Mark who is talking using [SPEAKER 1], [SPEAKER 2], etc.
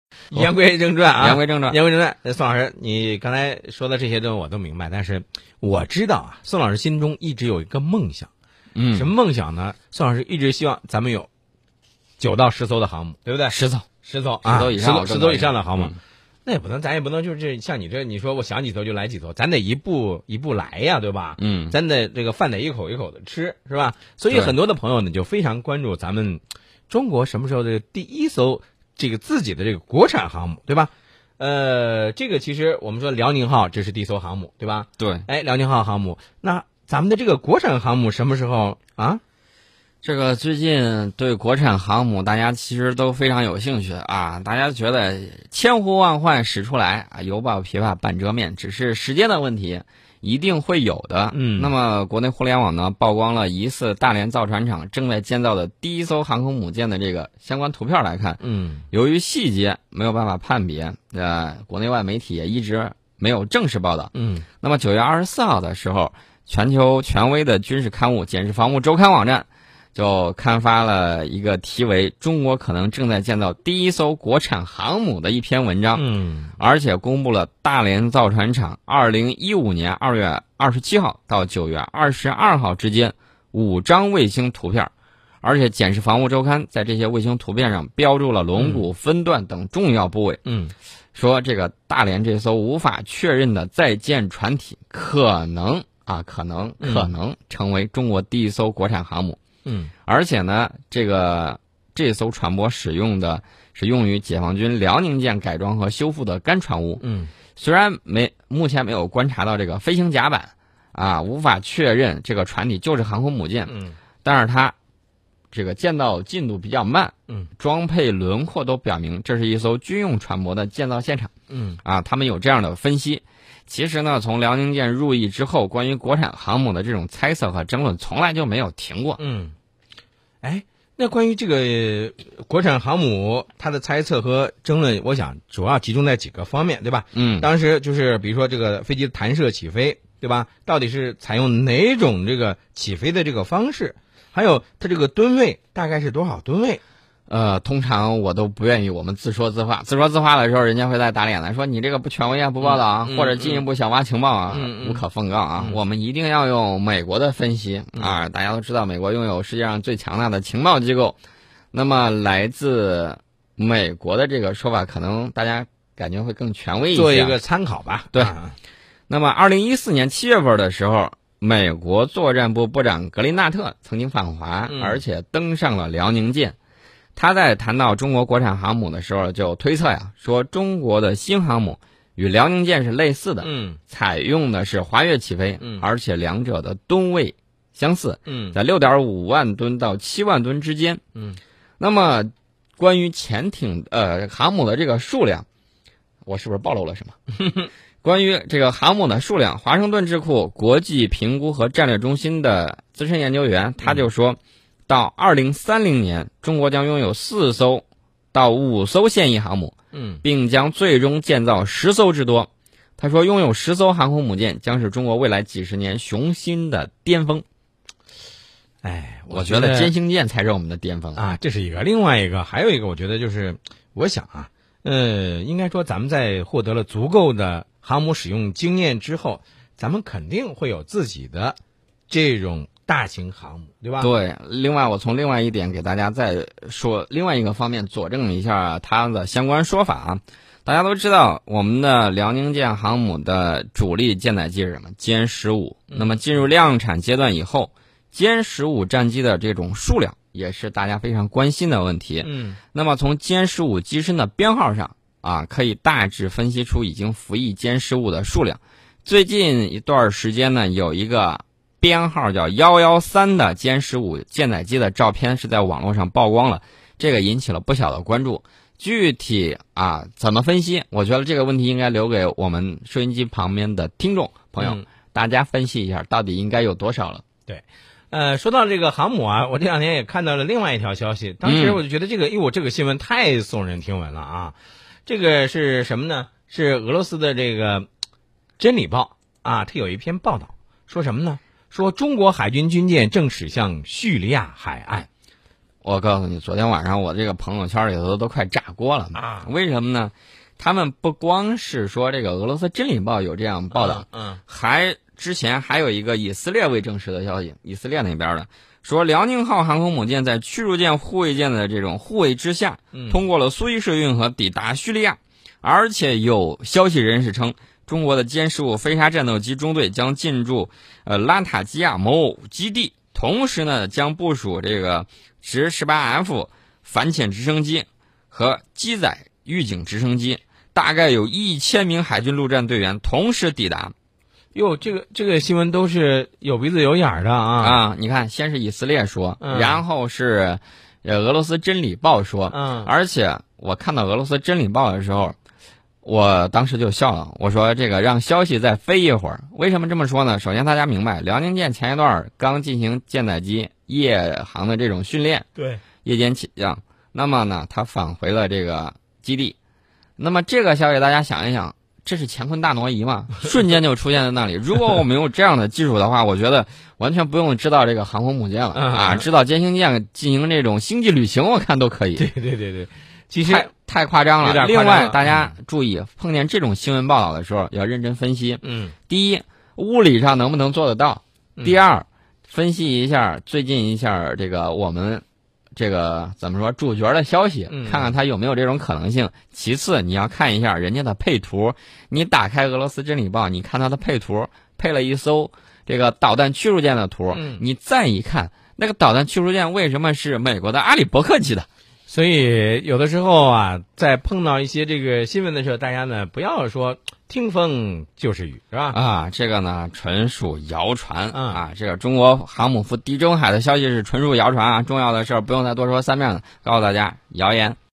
[SPEAKER 1] 言归正传啊，
[SPEAKER 2] 言归正传
[SPEAKER 1] 言归正传。呃宋老师，你刚才说的这些东西我都明白，但是我知道啊，宋老师心中一直有一个梦想，
[SPEAKER 2] 嗯
[SPEAKER 1] 什么梦想呢？宋老师一直希望咱们有九到十艘的航母，对不对？
[SPEAKER 2] 十艘，
[SPEAKER 1] 十艘
[SPEAKER 2] 十
[SPEAKER 1] 啊，
[SPEAKER 2] 艘以上我
[SPEAKER 1] 十
[SPEAKER 2] 这么
[SPEAKER 1] 艘
[SPEAKER 2] 认
[SPEAKER 1] 以
[SPEAKER 2] 为
[SPEAKER 1] 上的航母
[SPEAKER 2] 嗯。
[SPEAKER 1] 那也不能，咱也不能就是像你这，你说我想几艘就来几艘，咱得一步一步来呀，对吧？
[SPEAKER 2] 嗯，
[SPEAKER 1] 咱得这个饭得一口一口的吃，是吧？所以
[SPEAKER 2] 对
[SPEAKER 1] 很多的朋友呢，就非常关注咱们中国什么时候的第一艘这个自己的这个国产航母，对吧？呃，这个其实我们说辽宁号这是第一艘航母，对吧？
[SPEAKER 2] 对，
[SPEAKER 1] 哎，辽宁号航母，那咱们的这个国产航母什么时候啊？
[SPEAKER 2] 这个最近对国产航母大家其实都非常有兴趣啊，大家觉得千呼万唤始出来啊，犹抱琵琶半遮面，只是时间的问题，一定会有的。
[SPEAKER 1] 嗯
[SPEAKER 2] 那么国内互联网呢曝光了疑似大连造船厂正在建造的第一艘航空母舰的这个相关图片来看，
[SPEAKER 1] 嗯
[SPEAKER 2] 由于细节没有办法判别，呃，国内外媒体也一直没有正式报道。
[SPEAKER 1] 嗯
[SPEAKER 2] 那么九月二十四号的时候，全球权威的军事刊物《简氏防务周刊》网站就刊发了一个题为“中国可能正在建造第一艘国产航母”的一篇文章，
[SPEAKER 1] 嗯
[SPEAKER 2] 而且公布了大连造船厂二零一五年二月二十七号到九月二十二号之间五张卫星图片。而且，《简氏防务周刊》在这些卫星图片上标注了龙骨、分段等重要部位，
[SPEAKER 1] 嗯
[SPEAKER 2] 说这个大连这艘无法确认的在建船体，可能啊，可能
[SPEAKER 1] 嗯
[SPEAKER 2] 可能成为中国第一艘国产航母，
[SPEAKER 1] 嗯
[SPEAKER 2] 而且呢，这个这艘船舶使用的是用于解放军辽宁舰改装和修复的干船坞，
[SPEAKER 1] 嗯
[SPEAKER 2] 虽然没目前没有观察到这个飞行甲板，啊，无法确认这个船体就是航空母舰，
[SPEAKER 1] 嗯
[SPEAKER 2] 但是它这个建造进度比较慢，
[SPEAKER 1] 嗯，
[SPEAKER 2] 装配轮廓都表明这是一艘军用船舶的建造现场。
[SPEAKER 1] 嗯
[SPEAKER 2] 啊，他们有这样的分析。其实呢，从辽宁舰入役之后，关于国产航母的这种猜测和争论从来就没有停过。
[SPEAKER 1] 嗯，哎，那关于这个呃国产航母，它的猜测和争论，我想主要集中在几个方面，对吧？
[SPEAKER 2] 嗯，
[SPEAKER 1] 当时就是比如说这个飞机弹射起飞，对吧？到底是采用哪种这个起飞的这个方式？还有它这个吨位大概是多少吨位？
[SPEAKER 2] 呃，通常我都不愿意我们自说自话。自说自话的时候，人家会在打脸的，说你这个不权威啊，不报道啊，
[SPEAKER 1] 嗯
[SPEAKER 2] 或者进一步想挖情报啊，
[SPEAKER 1] 嗯嗯
[SPEAKER 2] 无可奉告啊。
[SPEAKER 1] 嗯
[SPEAKER 2] 我们一定要用美国的分析啊，大家都知道，美国拥有世界上最强大的情报机构。那么，来自美国的这个说法，可能大家感觉会更权威一些。啊
[SPEAKER 1] 做一个参考吧。
[SPEAKER 2] 对
[SPEAKER 1] 啊
[SPEAKER 2] 那么，二零一四年七月份的时候，美国作战部部长格林纳特曾经访华，
[SPEAKER 1] 嗯
[SPEAKER 2] 而且登上了辽宁舰。他在谈到中国国产航母的时候，就推测呀，说中国的新航母与辽宁舰是类似的，
[SPEAKER 1] 嗯
[SPEAKER 2] 采用的是滑跃起飞
[SPEAKER 1] 嗯，
[SPEAKER 2] 而且两者的吨位相似，
[SPEAKER 1] 嗯
[SPEAKER 2] 在六点五万吨到七万吨之间。
[SPEAKER 1] 嗯，
[SPEAKER 2] 那么关于潜艇呃航母的这个数量，我是不是暴露 了什么？关于这个航母的数量，华盛顿智库国际评估和战略中心的资深研究员
[SPEAKER 1] 嗯
[SPEAKER 2] 他就说，到二零三零年，中国将拥有四艘到五艘现役航母，
[SPEAKER 1] 嗯
[SPEAKER 2] 并将最终建造十艘之多。他说，拥有十艘航空母舰将是中国未来几十年雄心的巅峰。
[SPEAKER 1] 哎，
[SPEAKER 2] 我
[SPEAKER 1] 觉
[SPEAKER 2] 觉得歼星舰才是我们的巅峰。
[SPEAKER 1] 啊，这是一个，另外一个还有一个，我觉得就是我想啊，呃，应该说咱们在获得了足够的航母使用经验之后，咱们肯定会有自己的这种大型航母，对吧？
[SPEAKER 2] 对，另外我从另外一点给大家再说另外一个方面佐证一下它的相关说法啊。大家都知道，我们的辽宁舰航母的主力舰载机是什么？歼十五。那么进入量产阶段以后，歼十五战机的这种数量也是大家非常关心的问题。
[SPEAKER 1] 嗯
[SPEAKER 2] 那么从歼十五机身的编号上啊，可以大致分析出已经服役歼十五的数量。最近一段时间呢，有一个编号叫幺幺三的歼十五舰载机的照片是在网络上曝光了，这个引起了不小的关注。具体啊怎么分析？我觉得这个问题应该留给我们收音机旁边的听众朋友，
[SPEAKER 1] 嗯
[SPEAKER 2] 大家分析一下到底应该有多少了。
[SPEAKER 1] 呃，说到这个航母啊，我这两天也看到了另外一条消息，当时我就觉得这个，哟、我这个新闻太耸人听闻了啊！这个是什么呢？是俄罗斯的这个《真理报》啊，它有一篇报道，说什么呢？说中国海军军舰正驶向叙利亚海岸。
[SPEAKER 2] 我告诉你，昨天晚上我这个朋友圈里头都快炸锅了
[SPEAKER 1] 啊！
[SPEAKER 2] 为什么呢？他们不光是说这个俄罗斯《真理报》有这样报道，
[SPEAKER 1] 嗯，
[SPEAKER 2] 还之前还有一个以色列未证实的消息，以色列那边的说，辽宁号航空母舰在驱逐舰、护卫舰的这种护卫之下，
[SPEAKER 1] 嗯
[SPEAKER 2] 通过了苏伊士运河抵达叙利亚，而且有消息人士称，中国的歼十五飞鲨战斗机中队将进驻呃拉塔基亚某基地，同时呢将部署这个直十八 F 反潜直升机和机载预警直升机。大概有一千名海军陆战队员同时抵达，
[SPEAKER 1] 哟，这个这个新闻都是有鼻子有眼儿的啊
[SPEAKER 2] 啊，你看，先是以色列说，
[SPEAKER 1] 嗯
[SPEAKER 2] 然后是呃俄罗斯《真理报》说，
[SPEAKER 1] 嗯
[SPEAKER 2] 而且我看到俄罗斯《真理报》的时候，我当时就笑了，我说这个让消息再飞一会儿。为什么这么说呢？首先大家明白，辽宁舰前一段儿刚进行舰载机夜航的这种训练，
[SPEAKER 1] 对，
[SPEAKER 2] 夜间起降，那么呢，它返回了这个基地。那么这个消息大家想一想，这是乾坤大挪移嘛？瞬间就出现在那里。如果我们有这样的技术的话，我觉得完全不用知道这个航空母舰了
[SPEAKER 1] 嗯
[SPEAKER 2] 啊，
[SPEAKER 1] 嗯
[SPEAKER 2] 知道歼星舰进行这种星际旅行，我看都可 以。
[SPEAKER 1] 对对对对，其实
[SPEAKER 2] 太太夸张
[SPEAKER 1] 有
[SPEAKER 2] 了。
[SPEAKER 1] 点夸
[SPEAKER 2] 另
[SPEAKER 1] 张
[SPEAKER 2] 外，
[SPEAKER 1] 了嗯
[SPEAKER 2] 大家注意，碰见这种新闻报道的时候，要认真分析。
[SPEAKER 1] 嗯
[SPEAKER 2] 第一，物理上能不能做得到？
[SPEAKER 1] 嗯
[SPEAKER 2] 第二，分析一下最近一下这个我们这个怎么说主角的消息，
[SPEAKER 1] 嗯
[SPEAKER 2] 看看它有没有这种可能性。其次，你要看一下人家的配图，你打开俄罗斯《真理报》，你看它的配图，配了一艘这个导弹驱逐舰的图，
[SPEAKER 1] 嗯
[SPEAKER 2] 你再一看。那个导弹驱逐舰为什么是美国的阿里伯克级的？
[SPEAKER 1] 所以有的时候啊，在碰到一些这个新闻的时候，大家呢不要说听风就是雨，是吧？
[SPEAKER 2] 啊，这个呢纯属谣传、
[SPEAKER 1] 嗯
[SPEAKER 2] 啊！这个中国航母赴地中海的消息是纯属谣传啊！重要的事儿不用再多说三遍了，告诉大家，谣言。